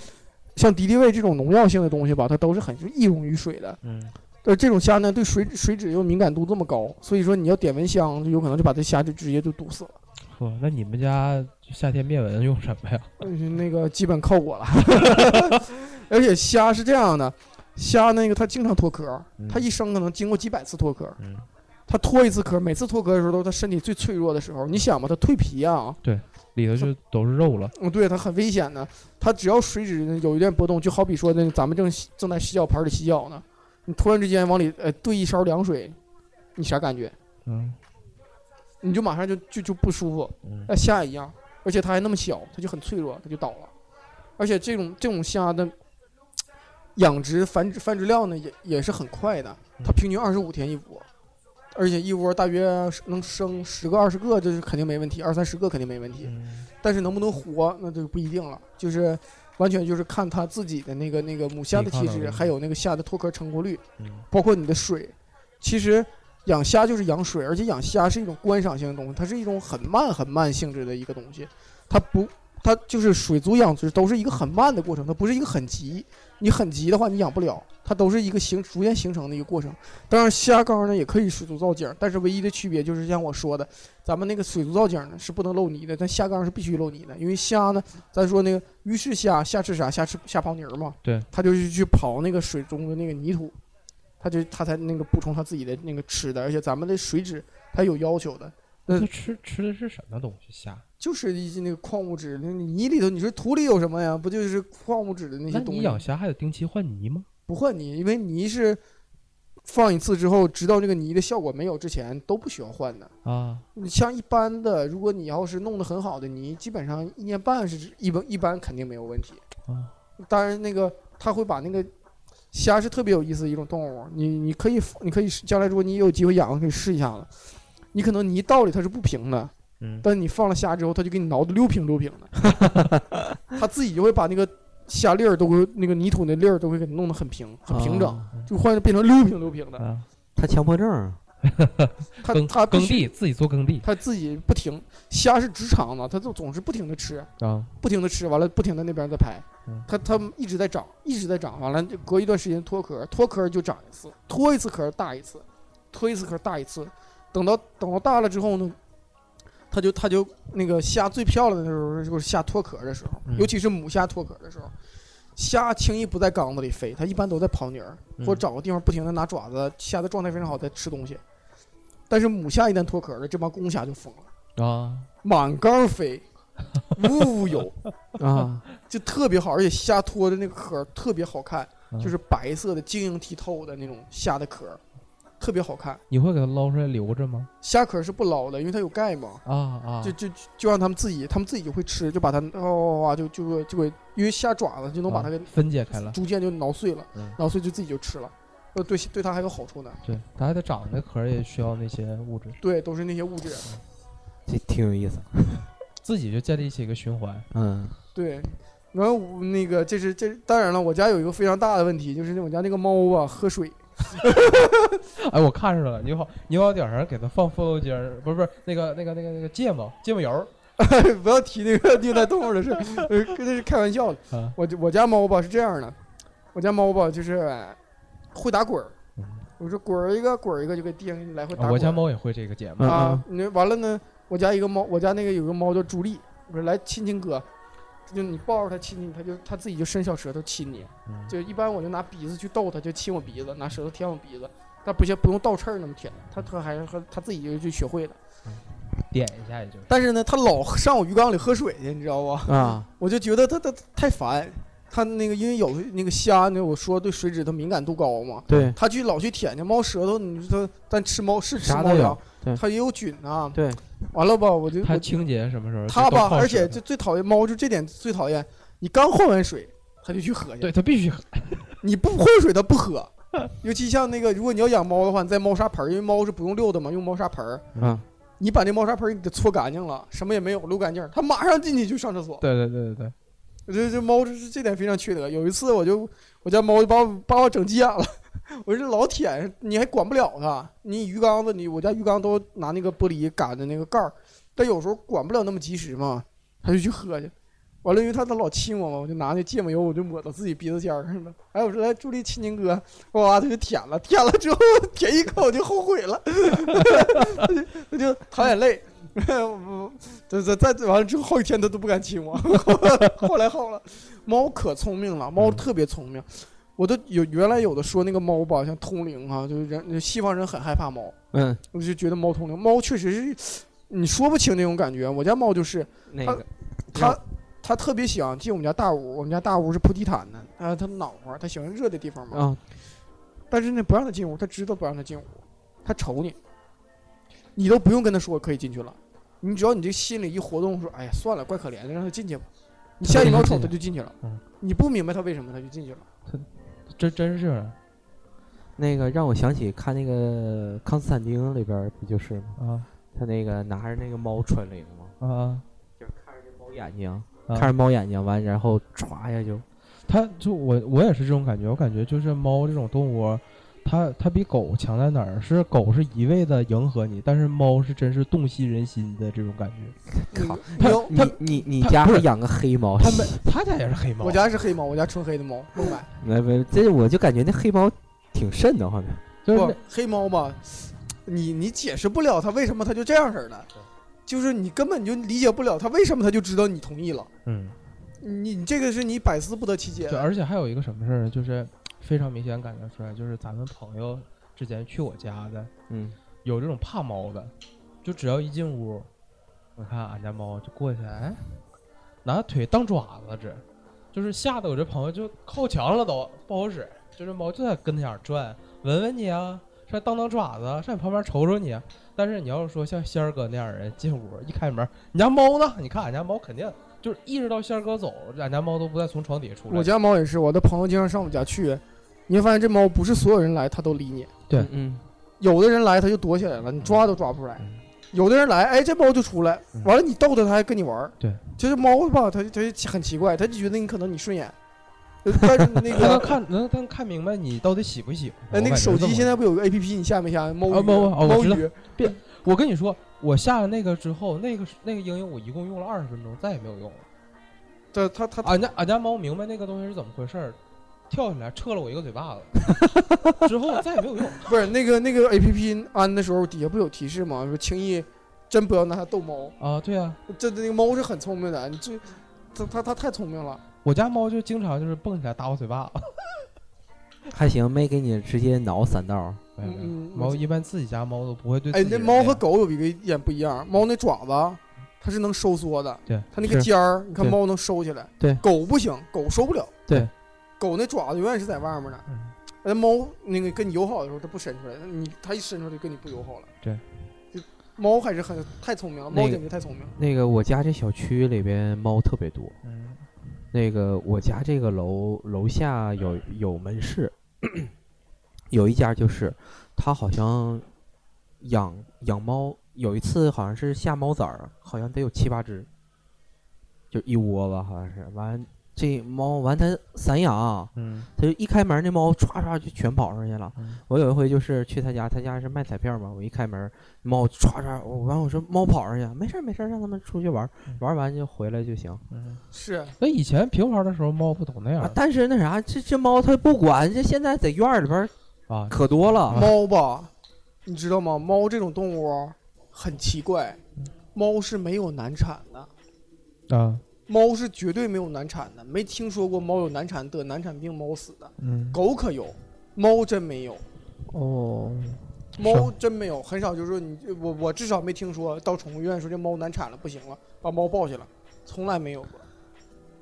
像敌敌畏这种农药性的东西吧，它都是很易溶于水的。嗯，呃，这种虾呢，对水水质又敏感度这么高，所以说你要点蚊香，就有可能就把这虾就直接就毒死了。嚯，那你们家夏天灭蚊用什么呀？嗯，那个基本靠我了。 而且虾是这样的，虾那个它经常脱壳，它一生可能经过几百次脱壳。嗯它脱一次壳，每次脱壳的时候都是它身体最脆弱的时候。你想吧，它蜕皮啊，里头就都是肉了。嗯，对，它很危险的。它只要水质有一点波动，就好比说那咱们正洗正在洗脚盆里洗脚呢，你突然之间往里呃兑一勺凉水，你啥感觉？嗯你就马上就就就不舒服。嗯那虾一样，而且它还那么小，它就很脆弱，它就倒了。而且这种这种虾的养殖繁殖繁殖量呢，也也是很快的，嗯它平均二十五天一窝，而且一窝大约是能生十个二十个，这是肯定没问题，二三十个肯定没问题。嗯但是能不能活，那就不一定了，就是完全就是看它自己的那个那个母虾的体抵抗能质，力还有那个虾的脱壳成活率，嗯包括你的水。其实养虾就是养水，而且养虾是一种观赏性的东西，它是一种很慢很慢性质的一个东西，它不。它就是水族养殖，都是一个很慢的过程，它不是一个很急。你很急的话，你养不了，它都是一个形逐渐形成的一个过程。当然，虾缸呢也可以水族造景，但是唯一的区别就是像我说的，咱们那个水族造景呢是不能漏泥的，但虾缸是必须漏泥的，因为虾呢，咱说那个鱼翅虾，虾吃啥？虾吃虾刨泥儿嘛，对，它就是去刨那个水中的那个泥土，它就它才那个补充它自己的那个吃的，而且咱们的水质它有要求的，那它吃吃的是什么东西？虾？就是一些那个矿物质，那泥里头你说土里有什么呀？不就是矿物质的那些那东你西？养虾还得定期换泥吗？不换泥，因为泥是放一次之后，直到这个泥的效果没有之前都不需要换的。啊，你像一般的，如果你要是弄得很好的泥，基本上一年半是一般一般肯定没有问题。啊，当然那个他会把那个虾是特别有意思的一种动物，你你可以你可以将来如果你有机会养，可以试一下子。你可能泥道里它是不平的，嗯但你放了虾之后，它就给你挠的溜平溜平 的，它自己就会把那个虾粒儿都会那个泥土的粒儿都会给你弄得很平很平整，啊就换变成溜平溜平的。哦啊，他强迫症 啊，它耕它必耕须地自己做耕地它自己不停，虾是直肠子，它就总是不停的吃，啊，不停的吃，完了不停的那边再排嗯，它它一直在长，一直在长，完了就隔一段时间脱壳，脱壳就长一次，脱一次壳大一次，脱一次壳大一次，等到等到大了之后呢，它就它就那个虾最漂亮的时候就是虾脱壳的时候，嗯尤其是母虾脱壳的时候，虾轻易不在缸子里飞，它一般都在刨泥儿嗯或者找个地方不停的拿爪子，虾的状态非常好在吃东西，但是母虾一旦脱壳了，这帮公虾就疯了，啊，满缸 飞，无无有。啊，就特别好，而且虾脱的那个壳儿特别好看，嗯就是白色的、晶莹剔透的那种虾的壳儿，特别好看。你会给它捞出来留着吗？虾壳儿是不捞的，因为它有钙嘛，啊啊就，就就让他们自己，他们自己就会吃，就把它哇哇哇就就会就会，因为虾爪子就能把它给啊分解开了。逐渐就挠碎了嗯，挠碎就自己就吃了，呃，对对它还有好处呢。对，它还得长，那壳儿也需要那些物质，对，都是那些物质。嗯这挺有意思。自己就建立起一个循环。嗯，对，然后我那个这是这是当然了，我家有一个非常大的问题，就是我家那个猫啊喝水，哎，我看着了，你好，你往顶上给它放风油精儿，不是不是那个那个那个那个芥末芥末油儿 不要提那个虐待动物的事 儿，呃，这是开玩笑的。啊，我我家猫吧是这样的，我家猫吧就是呃会打滚儿嗯，我说滚儿一个滚儿一个就给地上来回打滚啊儿。我家猫也会这个节目嗯啊，那完了呢，我家一个猫，我家那个有个猫叫朱莉，我说来亲亲哥，就你抱着它亲亲，它就它自己就伸小舌头亲你，嗯就一般我就拿鼻子去逗它，就亲我鼻子，拿舌头舔我鼻子，但不像不用倒刺儿那么舔，它它还是它它自己就就学会了。点一下也就但是呢，它老上我鱼缸里喝水去，你知道不？啊，我就觉得它它它太烦，它那个因为有的那个虾呢，我说对水质它敏感度高嘛，对它去老去舔去猫舌头，你说它但吃猫是吃啥猫都有粮对，它也有菌啊。对，完了吧，我就它我清洁什么时候就嗯它都吧，靠舌而且头就最讨厌猫，就这点最讨厌。你刚换完水，它就去喝去对，它必须喝你不换水它不喝。 尤其像那个，如果你要养猫的话，你在猫砂盆儿，因为猫是不用溜的嘛，用猫砂盆儿，嗯，你把那猫砂盆儿给它搓干净了，什么也没有，溜干净儿，它马上进去就上厕所。对对对对对，我觉得这猫这这点非常缺德。有一次，我就我家猫就把我把我整急眼了， 我这老舔，你还管不了它？你鱼缸子，你我家鱼缸都拿那个玻璃擀的那个盖儿，但有时候管不了那么及时嘛，他就去喝去。完了，因为他他老亲我嘛，我就拿那芥末油，我就抹到自己鼻子尖儿上了。哎，我说来助力亲亲哥，哇，他就舔了，舔了之后舔一口就后悔了， 他就他就淌眼泪。 我这这再完了之后，好几天他都不敢亲我。 后来好了，猫可聪明了，猫嗯特别聪明。我都有原来有的说那个猫吧，像通灵啊，就是人西方人很害怕猫，嗯，我就觉得猫通灵，猫确实是你说不清那种感觉。我家猫就是那个它，它特别喜欢进我们家大屋，我们家大屋是铺地毯的，啊，它暖和，它喜欢热的地方嘛。啊，但是呢，不让它进屋，它知道不让它进屋，它瞅你，你都不用跟它说可以进去了，你只要你这心里一活动说，哎呀，算了，怪可怜的，让它进去吧。你下一秒瞅它就进去了嗯，你不明白它为什么它就进去了。真真是啊那个让我想起看那个《康斯坦丁》里边儿不就是吗？啊他那个拿着那个猫穿了一个啊！吗？就是看着这猫眼睛，啊看着猫眼睛完，然后歘一下就它就我我也是这种感觉，我感觉就是猫这种动物，它它比狗强在哪儿？是狗是一味的迎合你，但是猫是真是洞悉人心的这种感觉。靠你它有你它你你它家不还是养个黑猫？它们它家也是黑猫，我家是黑猫，我家纯黑的猫，孟买。没没，这我就感觉那黑猫挺瘆得慌的。就是不，黑猫吧，你你解释不了它为什么它就这样式儿的，就是你根本就理解不了它为什么它就知道你同意了，嗯，你你这个是你百思不得其解对，。而且还有一个什么事儿呢，就是非常明显感觉出来，就是咱们朋友之前去我家的，嗯，有这种怕猫的，就只要一进屋，我看俺家猫就过去，哎，拿腿当爪子指，就是吓得我这朋友就靠墙了都，不好使。就是猫就在跟前儿转，闻闻你啊，上当当爪子啊，上你旁边瞅瞅你啊。但是你要是说像仙儿哥那样人进屋一开门，你家猫呢？你看俺家猫肯定就是意识到仙儿哥走，俺家猫都不带从床底下出来。我家猫也是，我的朋友经常上我家去，你会发现这猫不是所有人来它都理你，对嗯，有的人来它就躲起来了，你抓都抓不出来。嗯有的人来，哎，这猫就出来嗯，完了你逗它，它还跟你玩儿。对，就是猫吧，它它就很奇怪，它就觉得你可能你顺眼，但是那它能 个看能能看明白你到底喜不喜欢。呃我那个感觉手是这机么回现在不有个 A P P 你下没下？猫啊语，猫哦我猫知道语，我跟你说，我下了那个之后，那个是那个应用我一共用了二十分钟，再也没有用了。它它它俺家俺家猫明白那个东西是怎么回事儿，跳起来撤了我一个嘴巴 子，之后再也没有用。不是那个那个 A P P 安的时候，底下不有提示吗？说轻易真不要拿它逗猫，啊，对啊，这那个猫是很聪明的，你这它它它太聪明了。我家猫就经常就是蹦起来打我嘴 巴子。还行，没给你直接挠三道儿。没有没有嗯哎猫一般自己家猫都不会对自哎，己那人猫那和样狗有一个一点不一样，猫那爪子它是能收缩的，对它那个是尖儿，你看对猫能收起来，对狗不行，狗收不了，对，狗那爪子永远是在外面的嗯。那猫那个跟你友好的时候，它不伸出来，你它一伸出来就跟你不友好了。对就，猫还是很太聪明了，那猫个简直太聪明了。那个我家这小区里边猫特别多，嗯那个我家这个楼楼下有有门市， 有一家就是，他好像养养猫，有一次好像是下猫崽儿，好像得有七八只，就一窝吧，好像是。完这猫完它散养，嗯它就一开门，那猫唰唰就全跑上去了。嗯我有一回就是去他家，他家是卖彩票嘛，我一开门，猫唰唰，我完我说猫跑上去了，没事儿没事儿，让它们出去玩儿嗯，玩儿完就回来就行。嗯。是，那以前平房的时候猫不都那样啊，但是那啥，这这猫它不管，这现在在院儿里边儿啊？可多了。猫吧，你知道吗？猫这种动物啊很奇怪，猫是没有难产的，啊猫是绝对没有难产的，没听说过猫有难产得难产病猫死的。嗯狗可有，猫真没有，哦猫真没有，很少就是说你我我至少没听说到宠物医院说这猫难产了不行了，把猫抱去了，从来没有过。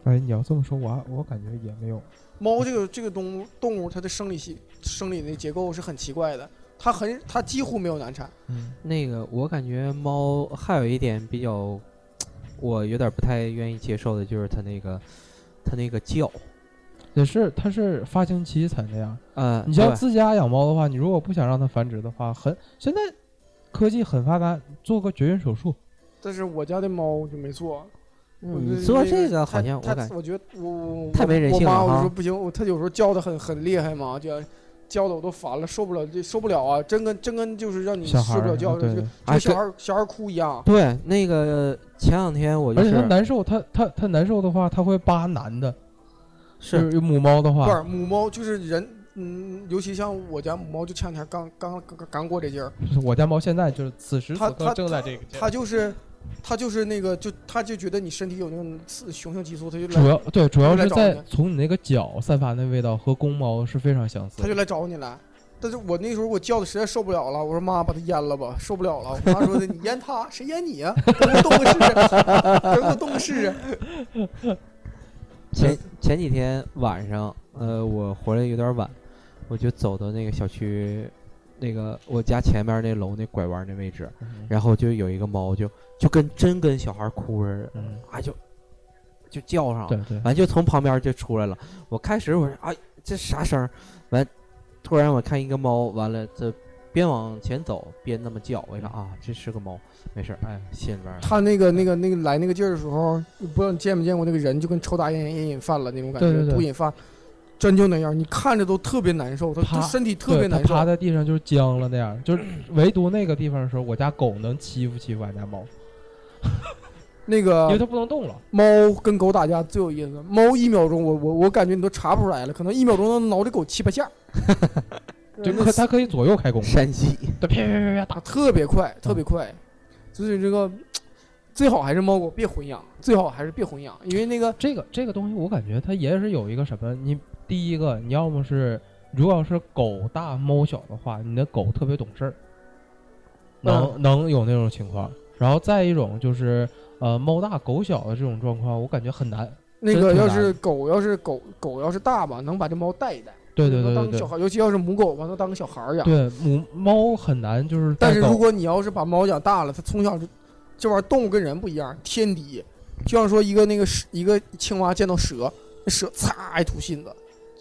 哎，你要这么说，我还我感觉也没有。猫这个这个动物动物它的生理系生理的结构是很奇怪的，它很它几乎没有难产。嗯那个，我感觉猫还有一点比较，我有点不太愿意接受的，就是它那个，它那个叫，也是，它是发情期才那样。呃，你像对自家养猫的话，你如果不想让它繁殖的话，很现在科技很发达，做个绝缘手术，但是我家的猫就没做，我嗯你就做那这个好太像我太感我觉得我我太没人我性妈了我就哈说不行，我它有时候叫的很很厉害嘛，就教的我都烦了，受不了，这受不了啊！真跟真跟就是让你小孩儿睡不了嗯觉，对就，啊就小孩儿小孩儿哭一样。对，那个前两天我就而且他是难受，他他他难受的话，他会扒男的，是就是母猫的不话，是母猫，就是人，嗯，尤其像我家母猫，就前两天刚刚刚刚过这劲儿，我家猫现在就是此时它此刻它正在这个阶它段，就是它就是那个就它就觉得你身体有那种雌雄性激素，它就主来要对主要来是找在你从你那个脚散发那味道和公猫是非常相似它就的。来找你来。但是我那时候我叫的实在受不了了，我说妈，把它阉了吧，受不了了。我妈说的，你阉它，谁阉你呀、给我动个试试，给我动个试试。前前几天晚上，呃，我回来有点晚，我就走到那个小区，那个我家前面那楼那拐弯那位置，嗯然后就有一个猫就就跟真跟小孩哭似的，嗯，啊就就叫上了，对对，完就从旁边就出来了。我开始我说啊这啥声儿？完突然我看一个猫，完了这边往前走边那么叫，我一看啊这是个猫，没事儿，哎心里边儿他那个那个那个来那个劲儿的时候，不知道你见没见过那个人，就跟抽大烟烟瘾犯了那种感觉，对对对不瘾犯，真就那样，你看着都特别难受，他趴他身体特别对它难受趴。在地上就是僵了那样， 就是唯独那个地方的时候，我家狗能欺负欺负俺家猫，啊那因为个它不能动了。猫跟狗打架最有意思，猫一秒钟我我我感觉你都查不出来了，可能一秒钟能挠这狗七 八下，就那可它可以左右开弓，山鸡。对，啪啪啪啪打打。啊特别快，特嗯别快，就是这个。最好还是猫狗别混养，最好还是别混养，因为那个这个这个东西，我感觉它也是有一个什么，你第一个，你要么是如果要是狗大猫小的话，你的狗特别懂事儿，能、能有那种情况。然后再一种就是呃猫大狗小的这种状况，我感觉很难。那真个挺要难是狗要是狗狗要是大吧，能把这猫带一带，对对对能当对个小对，孩，尤其要是母狗吧，能当个小孩儿养。对母猫很难就是带但狗。 是如果你要是把猫养大了，它从小就这玩意儿，动物跟人不一样，天敌。就像说一个那个蛇一个青蛙见到蛇，那蛇嚓一吐信子，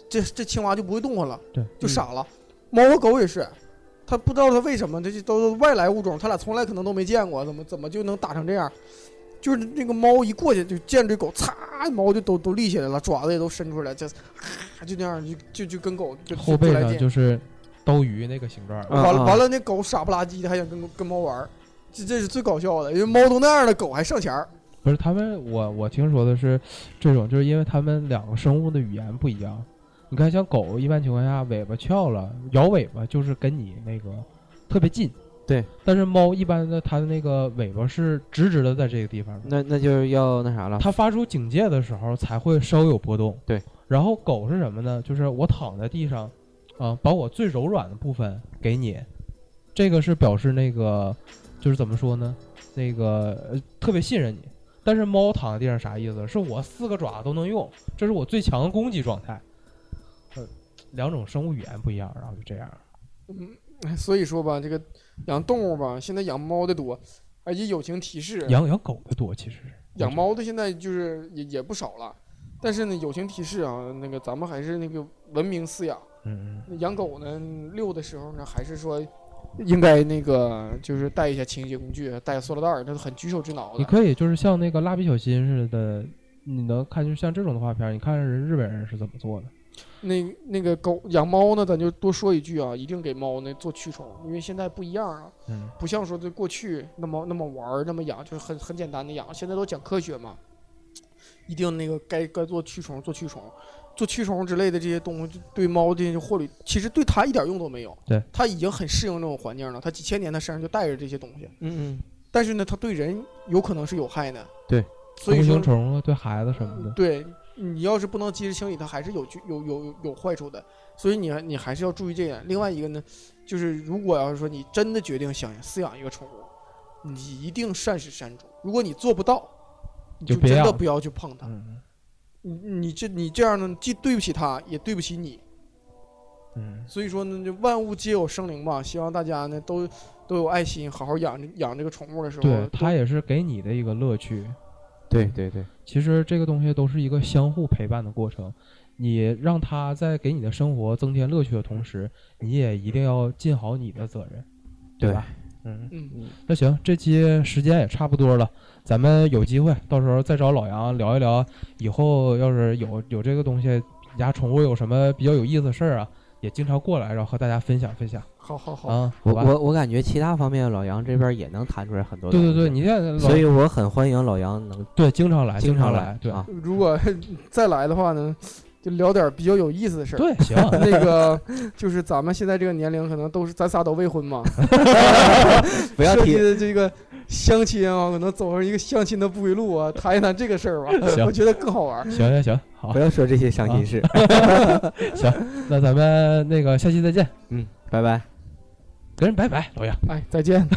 这这青蛙就不会动弹了，对就傻了。猫和狗也是，它不知道它为什么，这就都是外来物种，它俩从来可能都没见过，怎么怎么就能打成这样？就是那个猫一过去就见这狗，嚓，猫就都都立起来了，爪子也都伸出来，就就那样，就就就跟狗就后背就来上劲嗯就是兜鱼那个形状，啊完了啊完了，那狗傻不拉几的还想跟跟猫玩儿，这这是最搞笑的，因为猫都那样了，狗还上前儿。 不是他们，我我听说的是这种，就是因为他们两个生物的语言不一样。你看，像狗一般情况下尾巴翘了，摇尾巴就是跟你那个特别近。对，但是猫一般的它的那个尾巴是直直的在这个地方的，那那就是要那啥了，它发出警戒的时候才会稍有波动。对，然后狗是什么呢？就是我躺在地上，啊、把我最柔软的部分给你，这个是表示那个，就是怎么说呢？那个、呃特别信任你。但是猫躺在地上啥意思？是我四个爪都能用，这是我最强的攻击状态。呃，两种生物语言不一样，然后就这样。嗯，哎所以说吧，这个养动物吧，现在养猫的多，而且友情提示， 养养狗的多，其实养猫的现在就是也也不少了。但是呢，友情提示啊，那个咱们还是那个文明饲养。嗯，嗯，养狗呢，遛的时候呢，还是说应该那个就是带一些清洁工具，带塑料袋儿，这是很举手之劳你的。可以就是像那个蜡笔小新似的，你能看就像这种动画片儿，你看人日本人是怎么做的。那那个狗养猫呢，咱就多说一句啊，一定给猫呢做驱虫，因为现在不一样啊了，嗯，不像说这过去那么那么玩儿，那么养，就是很很简单的养，现在都讲科学嘛，一定那个该该做驱虫做驱虫，做驱虫之类的这些东西，对猫的获利其实对它一点用都没有，对，它已经很适应这种环境了，它几千年它身上就带着这些东西，嗯嗯，但是呢，它对人有可能是有害的，对，所以弓说形虫啊，对孩子什么的。对你要是不能及时清理，它还是有有有有有坏处的。所以你还你还是要注意这点。另外一个呢，就是如果要是说你真的决定想饲养一个宠物，嗯你一定善始善终。如果你做不到，你就就别真的养不要去碰它。嗯你你这你这样呢，既对不起它，也对不起你。嗯，所以说呢，就万物皆有生灵吧。希望大家呢都都有爱心，好好养这养这个宠物的时候，对，它多也是给你的一个乐趣。对对对，其实这个东西都是一个相互陪伴的过程。你让它在给你的生活增添乐趣的同时，你也一定要尽好你的责任，对对吧？嗯，嗯。那行，这期时间也差不多了，咱们有机会到时候再找老杨聊一聊，以后要是有有这个东西，你家宠物有什么比较有意思的事儿啊，也经常过来，然后和大家分享分享好好好，啊，我好吧？我我感觉其他方面老杨这边也能谈出来很多。对对对，，你看老，所以我很欢迎老杨能对经常来，经常来，对啊，如果 再来的话呢，就聊点比较有意思的事儿。对，行， 那个就是咱们现在这个年龄，可能都是咱仨都未婚嘛， 不要涉及提的这个相亲啊，可能走上一个相亲的不归路啊，谈一谈这个事儿吧，行我觉得更好玩儿。行行行，好不，要说这些伤啊心事。那咱们那个下期再见，嗯，拜拜。跟人拜拜，老杨。哎，再见。